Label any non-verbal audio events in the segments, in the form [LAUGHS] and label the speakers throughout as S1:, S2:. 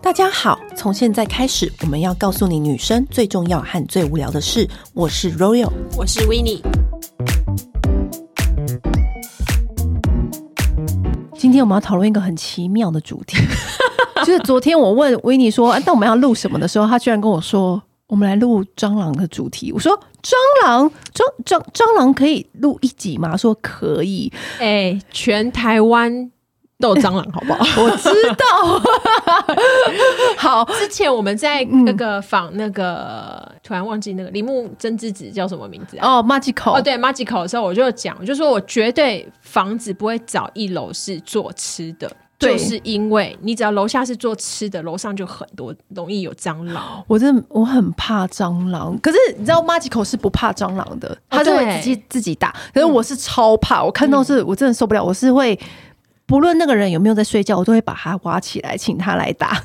S1: 大家好，从现在开始，我们要告诉你女生最重要和最无聊的事。我是 Royal，
S2: 我是 w i n n i e
S1: 今天我们要讨论一个很奇妙的主题， [LAUGHS] 就是昨天我问维尼说：“啊，那我们要录什么的时候，他居然跟我说：“我们来录蟑螂的主题。”我说：“蟑螂，蟑蟑蟑螂可以录一集吗？”他说：“可以。
S2: 哎、全台湾都有蟑螂，好不好？”
S1: 我知道， [LAUGHS] 好，
S2: [LAUGHS] 之前我们在那个访那个，突然忘记那个铃木真之子叫什么名字啊？
S1: 哦，magical，
S2: 哦，对，Magical 的时候我就讲，我就说我绝对房子不会找一楼是做吃的。
S1: 对
S2: 就是因为你只要楼下是做吃的，楼上就很多容易有蟑螂。
S1: 我真的我很怕蟑螂，可是你知道 Magico 是不怕蟑螂的，他就会
S2: 对
S1: 自己自己打。可是我是超怕，我看到是我真的受不了，我是会不论那个人有没有在睡觉，我都会把他挖起来，请他来打。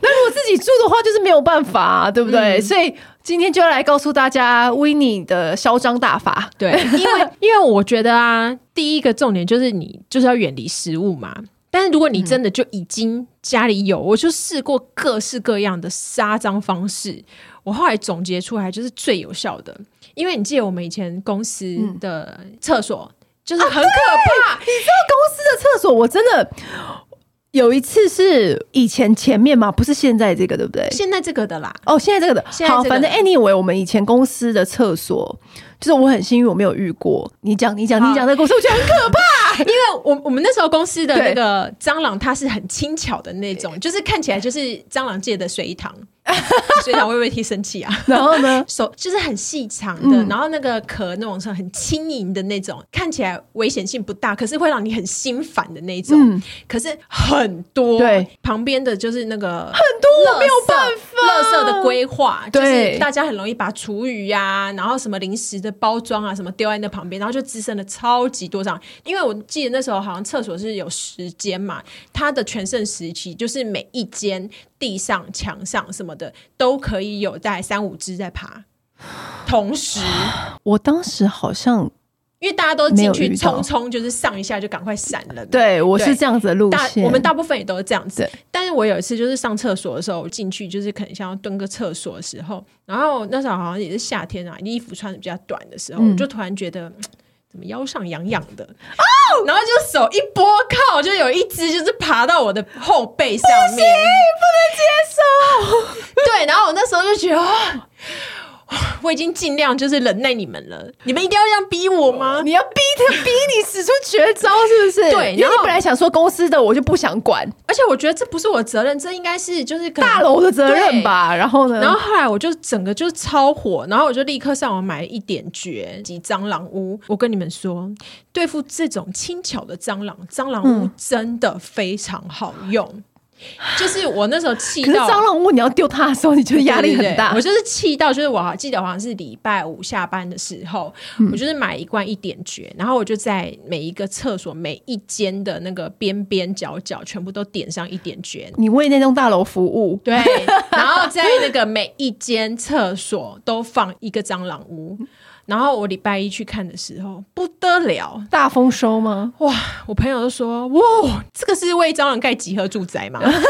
S1: 那如果自己住的话，就是没有办法、啊，对不对？所以今天就要来告诉大家维尼的嚣张大法。
S2: 对，因为因为我觉得啊，第一个重点就是你就是要远离食物嘛。但是如果你真的就已经家里有，我就试过各式各样的杀蟑方式，我后来总结出来就是最有效的。因为你记得我们以前公司的厕所、就是很可怕，
S1: 公司的厕所，我真的有一次是以前前面嘛，不是现在这个，对不对？
S2: 现在这个的啦，
S1: 哦，现在这个的
S2: 现在
S1: 好，
S2: 这个
S1: 反正
S2: 的
S1: anyway，我们以前公司的厕所，就是我很幸运我没有遇过。你讲，你讲，
S2: 好
S1: 你讲这个故事，我觉得
S2: [LAUGHS]
S1: 很可怕。
S2: 因为我我们那时候公司的那个蟑螂，它是很轻巧的那种，就是看起来就是蟑螂界的水塘。水塘会不会替生气啊？
S1: 然 [LAUGHS] 后呢？
S2: 手就是很细长的，
S1: 嗯
S2: 然后那个壳那种是很轻盈的那种，看起来危险性不大，可是会让你很心烦的那种。
S1: 嗯
S2: 可是很多
S1: 对
S2: 旁边的就是那个很
S1: 多我没有办法
S2: 垃圾的规划，就
S1: 对
S2: 是大家很容易把厨余呀、啊然后什么零食的包装啊，什么丢在那旁边，然后就滋生了超级多蟑螂。因为我记得那时候好像厕所是有时间嘛，它的全盛时期就是每一间地上、墙上什么的都可以有大概三五只在爬， [LAUGHS] 同时。
S1: 我当时好像
S2: 因为大家都
S1: 没
S2: 进
S1: 有
S2: 去
S1: 遇到
S2: 冲冲，就是上一下就赶快闪人。
S1: 对我
S2: 对
S1: 是这样子的路
S2: 大
S1: 线，
S2: 我们大部分也都是这样子
S1: 对。
S2: 但是我有一次就是上厕所的时候，我进去就是可能想要蹲个厕所的时候，然后那时候好像也是夏天啊，衣服穿的比较短的时候，
S1: 嗯
S2: 我就突然觉得。嗯怎么腰上痒痒的哦然后就手一拨，靠，就有一只就是爬到我的后背上面，不能接受。对，然后我那时候就觉得，哦哇我已经尽量就是忍耐你们了，你们一定要这样逼我吗？
S1: 你要逼他，逼你使出绝招，是不是？
S2: 对
S1: 因为
S2: 然
S1: 你
S2: 后
S1: 本来想说公司的我就不想管
S2: 而且我觉得这不是我的责任，这应该是就是可能
S1: 大楼的责任吧，然后呢？
S2: 然后后来我就整个就是超火，然后我就立刻上网买了一点绝及蟑螂屋。我跟你们说，对付这种轻巧的蟑螂，蟑螂
S1: 嗯
S2: 屋真的非常好用。就是我那时候
S1: [LAUGHS]
S2: 气
S1: 可是
S2: 到
S1: 蟑螂屋你要丢它的时候，你就压力很大
S2: 对对对我。就是气到，就是我好记得我好像是礼拜五下班的时候，
S1: 嗯
S2: 我就是买一罐一点绝，然后我就在每一个厕所每一间的那个边边角角全部都点上一点绝，
S1: 你为那栋大楼服务，
S2: 对， [LAUGHS] 然后在那个每一间厕所都放一个蟑螂屋。然后我礼拜一去看的时候，不得了！
S1: 大丰收吗？
S2: 哇，我朋友都说，哇，这个是为蟑螂盖集合住宅吗？ [LAUGHS] 可是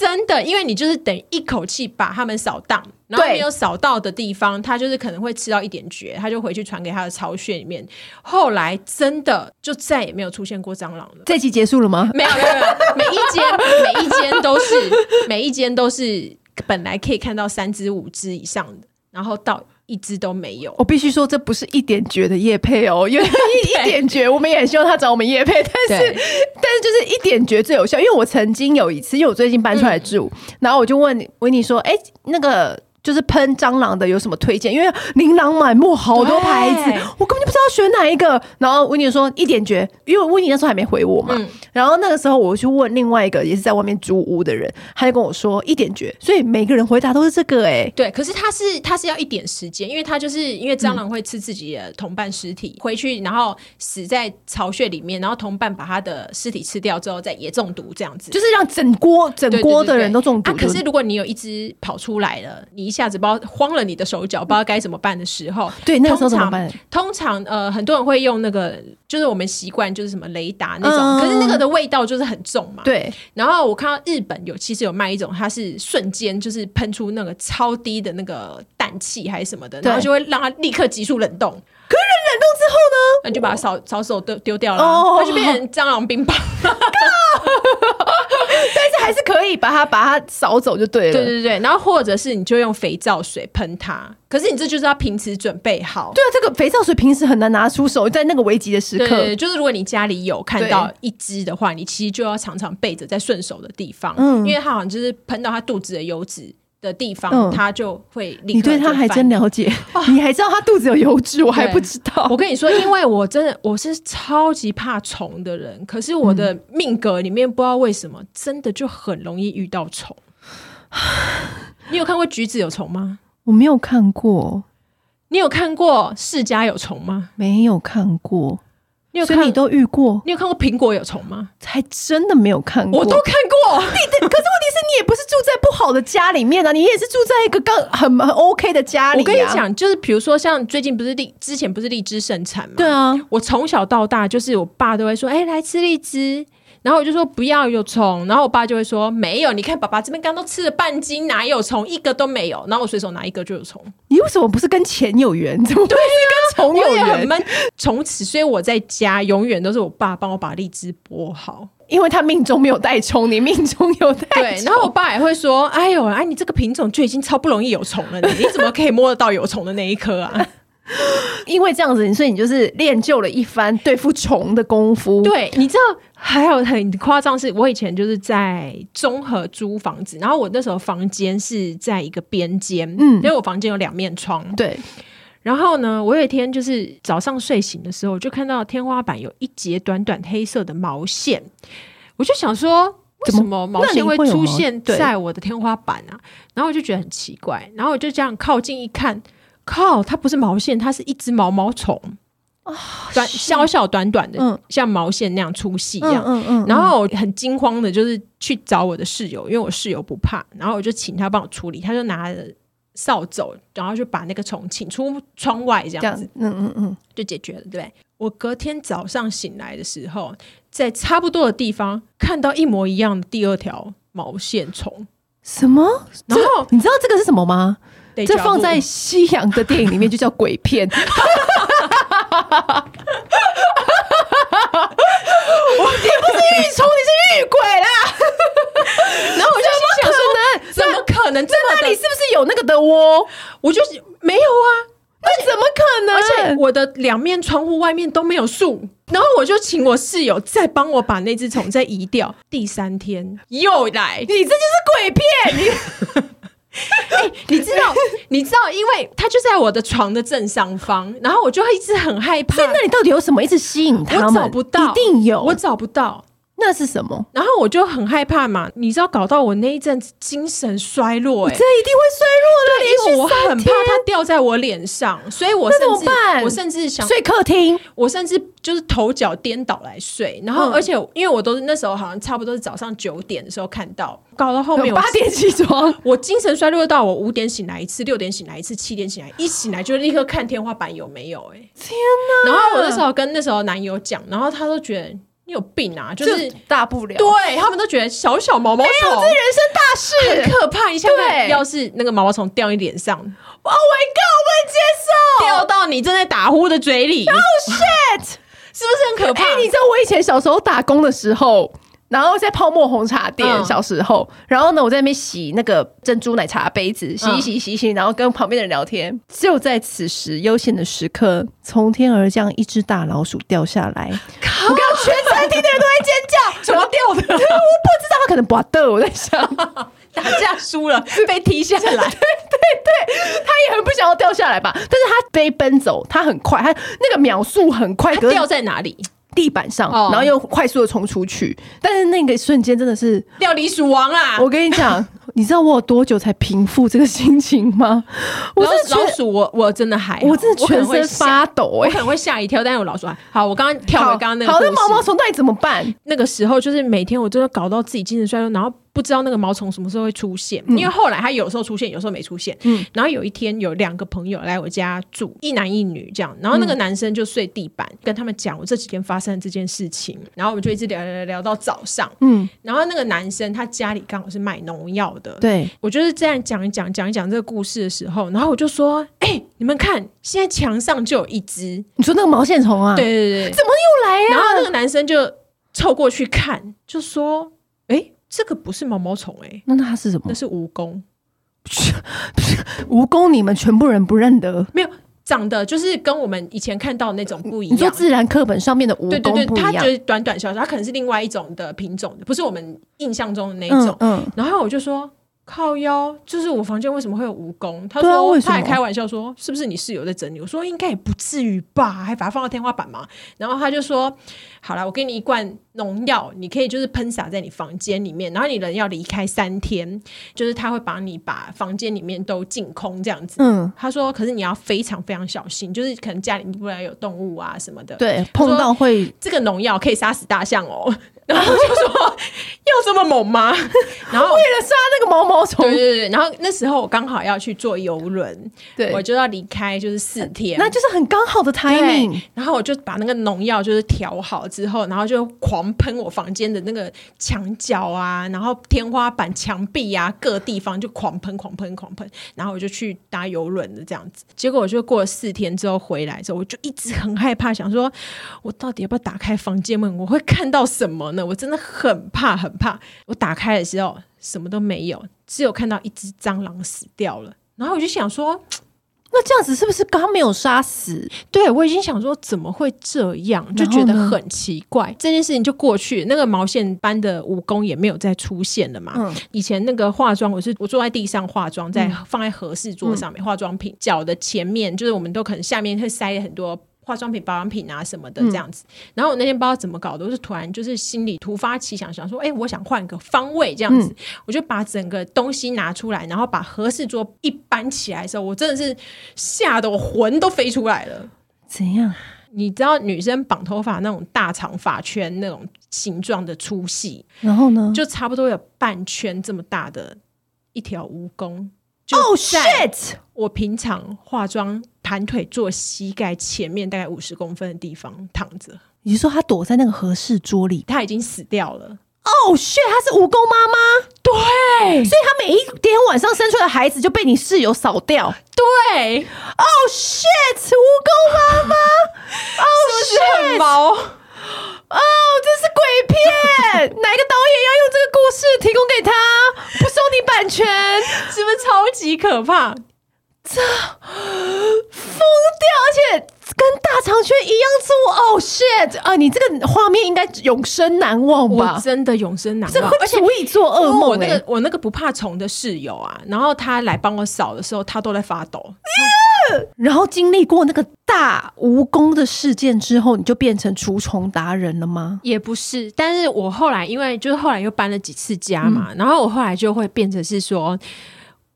S2: 真的，因为你就是等一口气把他们扫荡，然后
S1: 对
S2: 没有扫到的地方，他就是可能会吃到一点绝，他就回去传给他的巢穴里面。后来真的就再也没有出现过蟑螂了。
S1: 这集结束了吗？
S2: [LAUGHS] 没有没有没有，每一间每一间都是每一间都是本来可以看到三只五只以上的，然后到一只都没有。
S1: 我必须说，这不是一点绝的叶配哦，
S2: [LAUGHS]
S1: 因为一一点绝，我们也很希望他找我们叶配，但是
S2: 对
S1: 但是就是一点绝最有效，因为我曾经有一次，因为我最近搬出
S2: 嗯
S1: 来住，然后我就问维尼说：“哎、那个。”就是喷蟑螂的有什么推荐？因为琳琅满目，好多牌子
S2: 对，
S1: 我根本就不知道选哪一个。然后维尼说一点绝，因为维尼那时候还没回我嘛。
S2: 嗯
S1: 然后那个时候我去问另外一个也是在外面租屋的人，他就跟我说一点绝，所以每个人回答都是这个哎、
S2: 对，可是它是它是要一点时间，因为它就是因为蟑螂会吃自己的同伴尸体，回去然后死在巢穴里面，然后同伴把它的尸体吃掉之后再也中毒这样子。
S1: 就是让整锅整
S2: 对对
S1: 锅
S2: 对
S1: 的
S2: 对
S1: 人都中毒。
S2: 啊可
S1: 就是
S2: 如果你有一只跑出来了，你一下子不知道慌了你的手脚，不知道该怎么办的时候，
S1: 对那个时候怎么
S2: 通常
S1: 办？
S2: 通常呃，呃，很多人会用那个，就是我们习惯就是什么雷达那种，
S1: 嗯
S2: 可是那个的味道就是很重嘛。。
S1: 对，
S2: 然后我看到日本有其实有卖一种，它是瞬间就是喷出那个超低的那个氮气还是什么的，
S1: 对
S2: 然后就会让它立刻急速冷冻。可是冷冻之后呢？那你就把它扫扫手丢丢掉了啊，
S1: 哦
S2: 它就变成蟑螂冰棒。
S1: 但是还是可以把它把它扫走就对了。
S2: 对对对，然后或者是你就用肥皂水喷它，可是你这就是要平时准备好。
S1: 对啊，这个肥皂水平时很难拿出手，在那个危急的时
S2: 对
S1: 刻，
S2: 对，就是如果你家里有看到一只的话，你其实就要常常备着在顺手的地方，
S1: 嗯
S2: 因为它好像就是喷到它肚子的油脂的地方，
S1: 嗯
S2: 它就会立刻
S1: 你对
S2: 就
S1: 它还
S2: 翻
S1: 真了 [LAUGHS] 解，你还知道它肚子有油脂，我还
S2: 对
S1: 不知道。
S2: 我跟你说，因为我真的我是超级怕虫的人，可是我的
S1: 嗯
S2: 命格里面不知道为什么，真的就很容易遇到虫。你有看过橘子有虫吗？
S1: 我没有看过，
S2: 你有看过释迦有虫吗？
S1: 没有看过，
S2: 你有
S1: 所
S2: 看
S1: 以你都遇过，
S2: 你有看过苹果有虫吗？
S1: 还真的没有看过。
S2: 我都看过。
S1: 对可是问题是你也不是住在不好的家里面啊，你也是住在一个更很很 OK 的家里、啊
S2: 我跟你，讲，就是比如说像最近不是荔，之前不是荔枝盛产嘛？
S1: 对啊，
S2: 我从小到大，就是我爸都会说：“哎、来吃荔枝。”然后我就说不要有虫，然后我爸就会说没有，你看爸爸这边刚都吃了半斤，哪有虫，一个都没有。然后我随手拿一个就有虫，
S1: 你为什么不是跟钱有缘？怎么对是跟虫
S2: 我
S1: 有
S2: 也很
S1: 缘？
S2: 闷。从此，所以我在家永远都是我爸帮我把荔枝剥好。
S1: 因为他命中没有带虫，你命中有带
S2: 对，
S1: 虫。
S2: 然后我爸也会说：“哎呦，哎，你这个品种就已经超不容易有虫了，你你怎么可以摸得到有虫的那一颗啊？”
S1: 因为这样子，所以你就是练就了一番对付虫的功夫。
S2: 对，你知道还有很夸张是，我以前就是在中和租房子，然后我那时候房间是在一个边间，
S1: 嗯
S2: 嗯，因为我房间有两面窗。
S1: 对，
S2: 然后呢，我有一天就是早上睡醒的时候，我就看到天花板有一节短短黑色的毛线，我就想说。为
S1: 怎么
S2: 什么毛
S1: 那里
S2: 线会
S1: 会有
S2: 出
S1: 毛
S2: 现
S1: 对
S2: 在我的天花板啊？然后我就觉得很奇怪，然后我就这样靠近一看，靠，它不是毛线，它是一只毛毛虫，短小小短短的，
S1: 嗯
S2: 像毛线那样粗细一
S1: 嗯
S2: 样。
S1: 嗯嗯，
S2: 然后我很惊慌的，就是去找我的室友，因为我室友不怕，然后我就请他帮我处理，他就拿着扫帚，然后就把那个虫请出窗外，这
S1: 这
S2: 样
S1: 样
S2: 子
S1: 子，嗯嗯嗯，
S2: 就解决了，对不对？我隔天早上醒来的时候，在差不多的地方看到一模一样的第二条毛线虫，
S1: 什么？
S2: 然后
S1: 你知道这个是什么吗？
S2: 得
S1: 这
S2: 抓
S1: 放
S2: 住
S1: 在西洋的电影里面就叫鬼 [LAUGHS] 片。我你不是遇虫，你是遇鬼 [LAUGHS] 啦！
S2: 然后我就心想说，
S1: 能
S2: 怎么可能这么
S1: 那
S2: 的
S1: 你是不是有那个的窝？
S2: 我就是没有啊，
S1: 那怎么可能？
S2: 而且我的两面窗户外面都没有树，然后我就请我室友再帮我把那只虫再移掉。第三天又来， [LAUGHS]
S1: 你这就是鬼片，你 [LAUGHS]
S2: 你知 [LAUGHS] 道，你知道，因为它就在我的床的正上方，然后我就一直很害怕
S1: 所以，那里到底有什么一直吸引他
S2: 我
S1: 们？
S2: 找不到，
S1: 一定有。
S2: 我找不到。
S1: 那是什么？
S2: 然后我就很害怕嘛，你知道，搞到我那一阵子精神衰弱、欸，
S1: 这一定会衰弱的，连
S2: 因为我
S1: 续三
S2: 很怕它掉在我脸上，所以我
S1: 那
S2: 甚
S1: 怎么
S2: 至
S1: 办
S2: 我甚至想
S1: 睡客厅，
S2: 我甚至就是头脚颠倒来睡，然后
S1: 嗯
S2: 而且因为我都是那时候好像差不多是早上九点的时候看到，搞到后面我
S1: 八点起
S2: [LAUGHS]
S1: 床，
S2: 我精神衰弱到我五点醒来一次，六点醒来一次，七点醒来一醒来就立刻看天花板有没有哎、
S1: 天哪！
S2: 然后我那时候跟那时候男友讲，然后他都觉得你有病啊，就是
S1: 大不了，
S2: 对他们都觉得小小毛毛
S1: 没有，
S2: 虫
S1: 这。人生大
S2: 很
S1: 事。
S2: 可怕！你想想看，
S1: 对
S2: 要是那个毛毛虫掉你脸上，
S1: Oh my god，我不能接受。
S2: 掉到你正在打呼的嘴里，
S1: Oh shit！
S2: 是不是很可怕？
S1: 哎、你知道我以前小时候打工的时候，然后在泡沫红茶店，
S2: 嗯
S1: 小时候，然后呢，我在那边洗那个珍珠奶茶杯子，
S2: 嗯
S1: 洗一洗洗一洗，然后跟旁边的人聊天。就在此时悠闲的时刻，从天而降一只大老鼠掉下来， [LAUGHS] 啊我看到全餐厅的人都在尖叫，
S2: 怎么掉的？ [LAUGHS]
S1: 我不知道他可能拔豆，我在想， [LAUGHS]
S2: 打架输了被踢下来，
S1: 他也很不想要掉下来吧，但是他飞奔走，他很快，他那个秒速很快，
S2: 他
S1: 可是
S2: 掉在哪里？
S1: 地板上，
S2: 哦
S1: 然后又快速的冲出去，但是那个瞬间真的是
S2: 掉离鼠王
S1: [LAUGHS]
S2: 啊！
S1: 我跟你讲，你知道我有多久才平复这个心情吗？我
S2: 老
S1: 真的觉
S2: 老
S1: 得，
S2: 鼠我，我真的还好
S1: 我真的
S2: 可
S1: 全
S2: 能会
S1: 身发抖
S2: 我
S1: 哎、
S2: 可能会吓一跳，但是我老鼠还好。我刚刚跳回
S1: 好，
S2: 刚刚那个
S1: 好，那
S2: 故事
S1: 毛毛虫到底怎么办？
S2: 那个时候，就是每天我真的搞到自己精神衰弱，然后不知道那个毛虫什么时候会出现，
S1: 嗯
S2: 因为后来它有时候出现，有时候没出现。
S1: 嗯
S2: 然后有一天有两个朋友来我家住，一男一女这样，然后那个男生就睡地板，跟他们讲我这几天发生的这件事情，然后我们就一直聊聊聊聊到早上。
S1: 嗯，
S2: 然后那个男生他家里刚好是卖农药的，
S1: 对，
S2: 我就是这样讲一讲讲一讲这个故事的时候，然后我就说：“哎、你们看，现在墙上就有一只。
S1: 你说那个毛线虫啊，
S2: 对，对对
S1: 怎么又来呀、
S2: 然后那个男生就凑过去看，就说：“哎、这个不是毛毛虫、哎，
S1: 那它是什么
S2: 那？是蜈蚣，
S1: 蜈蚣，你们全部人不认得。
S2: 没有长得就是跟我们以前看到的那种不一
S1: 你说
S2: 样。”
S1: 自然课本上面的蜈
S2: 对对
S1: 蚣
S2: 对，
S1: 不一
S2: 它
S1: 样，
S2: 就是短短小小，它可能是另外一种的品种的，不是我们印象中的那一种。
S1: 嗯嗯，
S2: 然后我就说靠腰，就是我房间为什么会有蜈蚣？他
S1: 对
S2: 说、
S1: 啊为什么
S2: 他还开玩笑说是不是你室友在整理？我说应该也不至于吧，还把它放到天花板嘛。然后他就说好啦，我给你一罐农药，你可以就是喷洒在你房间里面，然后你人要离开三天，就是他会把你把房间里面都净空这样子。
S1: 嗯，
S2: 他说可是你要非常非常小心，就是可能家里不然有动物啊什么的。
S1: 对，碰到会
S2: 这个农药可以杀死大象哦， [LAUGHS] 然后我就说要这么猛吗？ [LAUGHS] 然后
S1: 为了杀那个毛毛虫
S2: 对对对，然后那时候我刚好要去坐游轮，
S1: 对
S2: 我就要离开，就是四天。
S1: 那就是很刚好的 timing
S2: 对。，然后我就把那个农药就是调好之后，然后就狂喷我房间的那个墙角啊，然后天花板、墙壁啊，各地方就狂喷、狂喷、狂喷。然后我就去搭游轮的这样子，结果我就过了四天之后回来之后，我就一直很害怕，想说我到底要不要打开房间门？我会看到什么呢？我真的很怕，很怕。我打开的时候什么都没有，只有看到一只蟑螂死掉了。然后我就想说，
S1: 那这样子是不是刚刚没有杀死？
S2: 对，我已经想说怎么会这样，就
S1: 然后
S2: 觉得
S1: 呢
S2: 很奇怪。这件事情就过去，那个毛线班的武功也没有再出现了嘛。
S1: 嗯
S2: 以前那个化妆，我是我坐在地上化妆，在放在合适桌上面，化妆品脚的前面，就是我们都可能下面会塞很多。化妆品、保养品啊什么的
S1: 嗯
S2: 这样子，然后我那天不知道怎么搞的，我就突然就是心里突发奇想，想说，哎、我想换个方位
S1: 嗯
S2: 这样子，我就把整个东西拿出来，然后把合适桌一搬起来的时候，我真的是吓得我魂都飞出来了。
S1: 怎样？
S2: 你知道女生绑头发那种大长发圈那种形状的粗细，
S1: 然后呢？
S2: 就差不多有半圈这么大的一条蜈蚣，就
S1: 哦、
S2: 在
S1: shit！
S2: 我平常化妆盘腿坐膝盖前面大概五十公分的地方躺着，
S1: 你是说他躲在那个合适桌里？
S2: 它已经死掉了。
S1: 哦、shit！他是蜈蚣妈妈，
S2: 对
S1: 所以他每一天晚上生出来的孩子就被你室友扫掉。
S2: 对，
S1: 哦、shit！蜈蚣妈妈。哦、
S2: [LAUGHS] 是不是很毛。
S1: 哦，这是鬼片，
S2: [LAUGHS]
S1: 哪一个导演要用这个故事提供给他？不收你版权，
S2: 是不是超级可怕？
S1: 疯掉！而且跟大长圈一样粗。哦、shit！啊、你这个画面应该永生难忘
S2: 我
S1: 吧？
S2: 真的永生难
S1: 这
S2: 忘
S1: 会。足以做噩
S2: 因为我
S1: 梦、
S2: 那
S1: 欸。
S2: 个我那个不怕虫的室友啊，然后他来帮我扫的时候，他都在发抖。
S1: 然后经历过那个大蜈蚣的事件之后，你就变成除虫达人了吗？
S2: 也不是，但是我后来因为就是后来又搬了几次家嘛，然后我后来就会变成是说。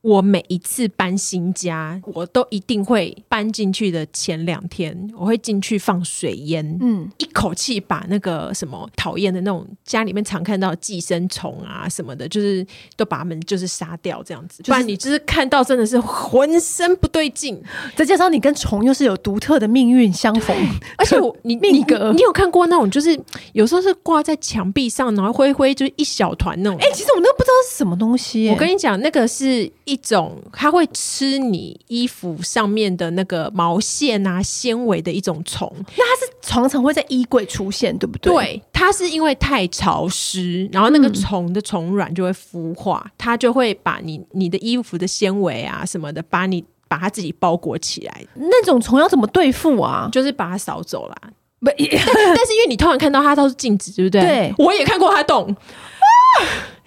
S2: 我每一次搬新家，我都一定会搬进去的前两天，我会进去放水烟，
S1: 嗯，
S2: 一口气把那个什么讨厌的那种家里面常看到的寄生虫啊什么的，就是都把它们就是杀掉这样子，不然你就是看到真的是浑身不对劲。
S1: 再加上你跟虫又是有独特的命运相
S2: [LAUGHS]
S1: 逢，
S2: 而且我你你
S1: 命
S2: 你
S1: 格
S2: 你有看过那种就是有时候是挂在墙壁上，然后灰灰就是一小团那种。
S1: 哎、其实我们都不知道是什么东西、
S2: 我跟
S1: 你
S2: 你讲，那个是一种，它会吃你衣服上面的那个毛线啊、纤维的一种虫。
S1: 那它是常常会在衣柜出现，对不对？，嗯
S2: 对，它是因为太潮湿，然后那个虫的虫卵就会孵化，它就会把你你的衣服的纤维啊什么的，把你把它自己包裹起来，
S1: 那种虫要怎么对付啊？
S2: [LAUGHS] 就是把它扫走啦。 [LAUGHS]
S1: 不， [LAUGHS]
S2: 但是因为你通常看到它都是静止，对不对？
S1: 对
S2: 我也看过它动。啊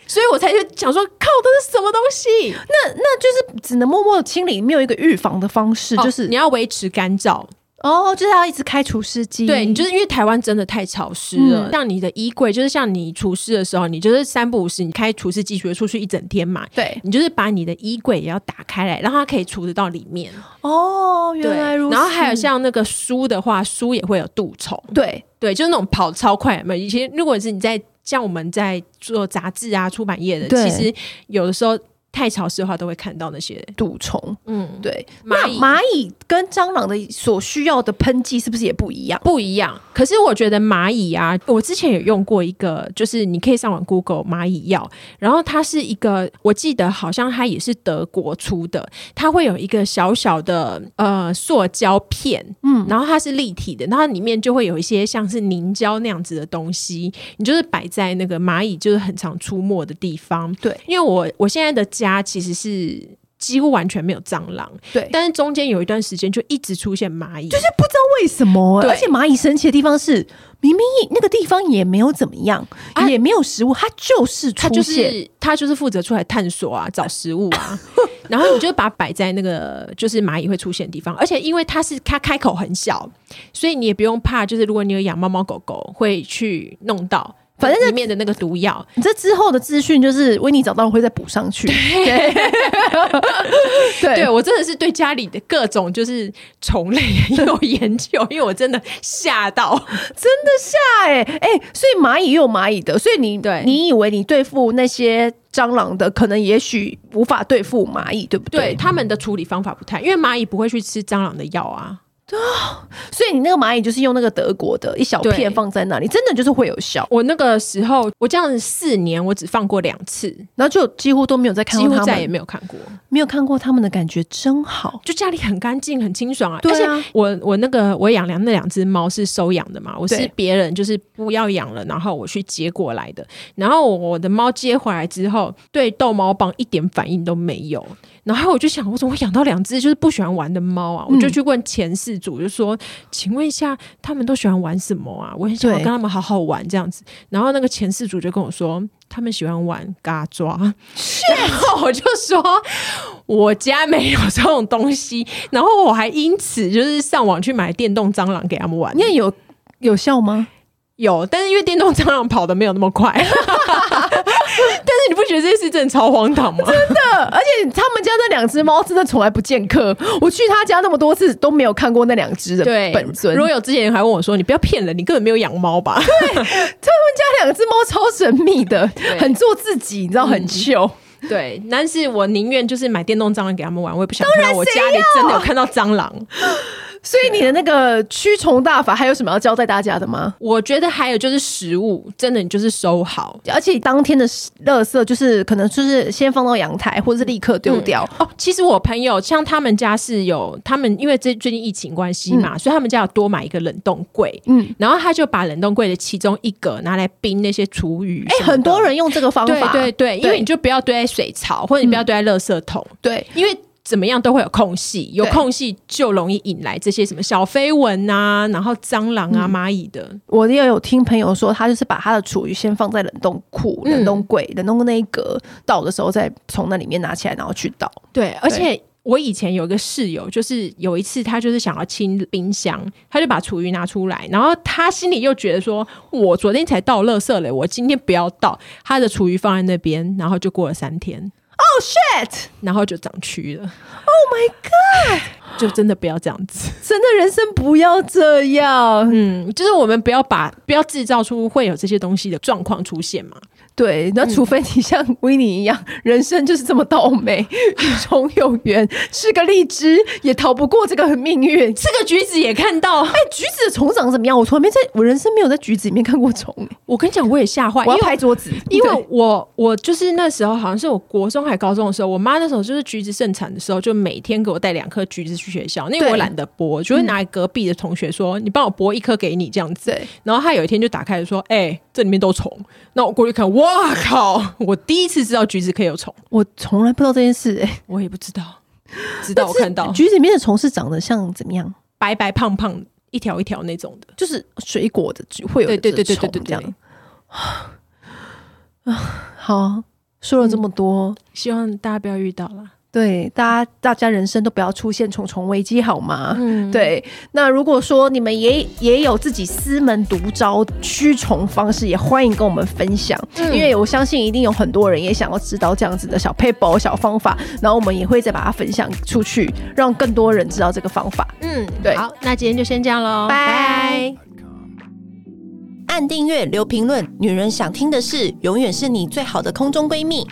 S2: 所以我才就想说，靠，这是什么东西？
S1: 那就是只能默默清理，没有一个预防的方式，就
S2: 哦
S1: 是
S2: 你要维持干燥，
S1: 哦就是要一直开除湿机。
S2: 对，你就是因为台湾真的太潮湿了，
S1: 嗯
S2: 像你的衣柜，就是像你除湿的时候，你就是三不五时，你开除湿机，除出去一整天嘛，
S1: 对
S2: 你就是把你的衣柜也要打开来，让它可以除得到里面。
S1: 哦，原来如此。
S2: 然后还有像那个书的话，书也会有蠹虫，
S1: 对
S2: 对，就是那种跑超快嘛。以前如果是你在像我们在做杂志啊、出版业的，
S1: 对
S2: 其实有的时候太潮湿的话，都会看到那些，
S1: 蠹虫。
S2: 嗯，
S1: 对，
S2: 蚂
S1: 那
S2: 蚁
S1: 蚂蚁跟蟑螂的所需要的喷剂是不是也不一样？
S2: 不一样。可是我觉得蚂蚁啊，我之前有用过一个，就是你可以上网 Google 蚂蚁药，然后它是一个，我记得好像它也是德国出的，它会有一个小小的呃塑胶片，嗯，然后它是立体的，然后里面就会有一些像是凝胶那样子的东西，你就是摆在那个蚂蚁就是很常出没的地方。
S1: 对，
S2: 因为我我现在的家其实是。几乎完全没有蟑螂，
S1: 对
S2: 但是中间有一段时间就一直出现蚂蚁，就是
S1: 为什么？
S2: 对
S1: 而且蚂蚁神奇的地方是，明明那个地方也没有怎么样，
S2: 啊
S1: 也没有食物，它就是
S2: 他
S1: 出
S2: 就
S1: 现。
S2: 是他就是负责出来探索啊，找食物啊， [LAUGHS] 然后你就把它摆在那个就是蚂蚁会出现的地方，而且因为它是它开口很小，所以你也不用怕，就是如果你有养猫猫狗狗会去弄到，
S1: 反正
S2: 里面的那个毒药，
S1: 你这之后的资讯就是维尼找到了会再补上去。对，
S2: 对
S1: [LAUGHS] 对
S2: 我真的是对家里的各种就是虫类
S1: [LAUGHS]
S2: 很有研究，因为我真的吓到，
S1: 哎哎，所以蚂蚁也有蚂蚁的，所以你
S2: 对
S1: 你以为你对付那些蟑螂的，可能也许无法对付蚂蚁，对不
S2: 对？他们的处理方法不太，因为蚂蚁不会去吃蟑螂的药啊，
S1: 所以你那个蚂蚁就是用那个德国的一小片
S2: 对
S1: 放在那里，真的就是会有效，
S2: 我那个时候我这样四年，我只放过两次，
S1: 然后就几乎都没有再看
S2: 几
S1: 过
S2: 乎
S1: 它
S2: 再也
S1: 们，
S2: 没有看过。
S1: 没有看过它们的感觉真好。
S2: 就家里很干净、很清爽啊。
S1: 对啊
S2: 而且我我那个我养两那两只猫是收养的嘛，我是
S1: 对
S2: 别人就是不要养了，然后我去接过来的。然后我我的猫接回来之后，对逗猫棒一点反应都没有。然后我就想，我怎么会养到两只就是不喜欢玩的猫啊？
S1: 嗯
S2: 我就去问前事主，就说：“请问一下，他们都喜欢玩什么啊？我很想要
S1: 对
S2: 跟他们好好玩这样子。”然后那个前事主就跟我说，他们喜欢玩嘎抓。然后我就说，我家没有这种东西，然后我还因此就是上网去买电动蟑螂给他们玩
S1: 你。看有有效吗？
S2: 有，但是因为电动蟑螂跑的没有那么快， [LAUGHS] 但是你不觉得这件事真的超荒唐吗？
S1: 呃，而且他们家那两只猫真的从来不见客，我去他家那么多次都没有看过那两只的本尊。
S2: 如果有之前人还问我说，你不要骗人，你根本没有养猫吧？
S1: 那两只猫超神秘的，很做自己，你知道，很秀。
S2: 对，但是我宁愿就是买电动蟑螂给他们玩，我也不想看到我家里真的有看到蟑螂。
S1: 所以你的那个驱虫大法还有什么要交代大家的吗？
S2: 我觉得还有就是食物，真的你就是收好，
S1: 而且当天的垃圾就是可能就是先放到阳台，或者是立刻丢掉。
S2: 哦，其实我朋友像他们家是有，他们因为最最近疫情关系嘛，所以他们家有多买一个冷冻柜，
S1: 嗯，
S2: 然后他就把冷冻柜的其中一格拿来冰那些厨余
S1: 哎、
S2: 什么的。
S1: 很多人用这个方
S2: 对
S1: 法，
S2: 对对，因为
S1: 对
S2: 你就不要堆在水槽，或者你不要堆在垃圾桶，
S1: 对
S2: 因为。怎么样都会有空隙，有
S1: 嗯对
S2: 空隙就容易引来这些什么小飞蚊啊，然后蟑螂
S1: 嗯
S2: 啊、蚂蚁的。
S1: 我也有听朋友说，他就是把他的厨余先放在冷冻库、
S2: 嗯
S1: 冷冻柜、冷冻那一格，倒的时候再从那里面拿起来，然后去倒。
S2: 对，而且我以前有一个室友，就是有一次他就是想要清冰箱，他就把厨余拿出来，然后他心里又觉得说，我昨天才倒垃圾嘞，我今天不要倒，他的厨余放在那边，然后就过了三天，
S1: Oh shit！
S2: 然后就长蛆了。Oh my god！就真的不要这样子，
S1: 真的人生不要这样。
S2: 嗯，就是我们不要把不要制造出会有这些东西的状况出现嘛。
S1: 对，那除非你像维尼一样，人生就是这么倒霉， [LAUGHS] 与虫有缘，吃个荔枝也逃不过这个命运。
S2: 这个橘子也看到，
S1: 哎，橘子的虫长怎么样？我从来没在我人生没有在橘子里面看过虫、
S2: 我跟你讲，我也吓
S1: [LAUGHS]
S2: 坏，
S1: 我要
S2: 因为
S1: 拍桌子，
S2: 因
S1: 对
S2: 为我我就是那时候好像是我国中还高中的时候，我妈那时候就是橘子盛产的时候，就每天给我带两颗橘子去学校，那个
S1: 对嗯
S2: 我懒得剥，就会拿给隔壁的同学说：“你帮我剥一颗给你。”这样子。
S1: 对，
S2: 然后他有一天就打开了说：“哎、这里面都虫。”那我过去看，哇靠！我第一次知道橘子可以有虫，
S1: 我从来不知道这件事、哎，
S2: 我也不知道，直到我看到
S1: 橘子里面的虫是长得像怎么样？
S2: 白白胖胖一条一条那种的。
S1: 就是水果的会有
S2: 对对对对对
S1: 这种
S2: 对
S1: 这样
S2: 对。，
S1: 好，说了这么多，
S2: 希望大家不要遇到啦。
S1: 对大家大家人生都不要出现重重危机好吗？
S2: 嗯，
S1: 啊对，那如果说你们也也有自己私门独招驱虫方式，也欢迎跟我们分享，
S2: 嗯
S1: 因为我相信一定有很多人也想要知道这样子的小 paper 小方法，然后我们也会再把它分享出去，让更多人知道这个方法。
S2: 嗯，
S1: 对
S2: 好，那今天就先这样喽，
S1: 拜。
S3: Come.
S1: 按订阅、留评论。女人想听的事，永远是你最好的空中闺蜜。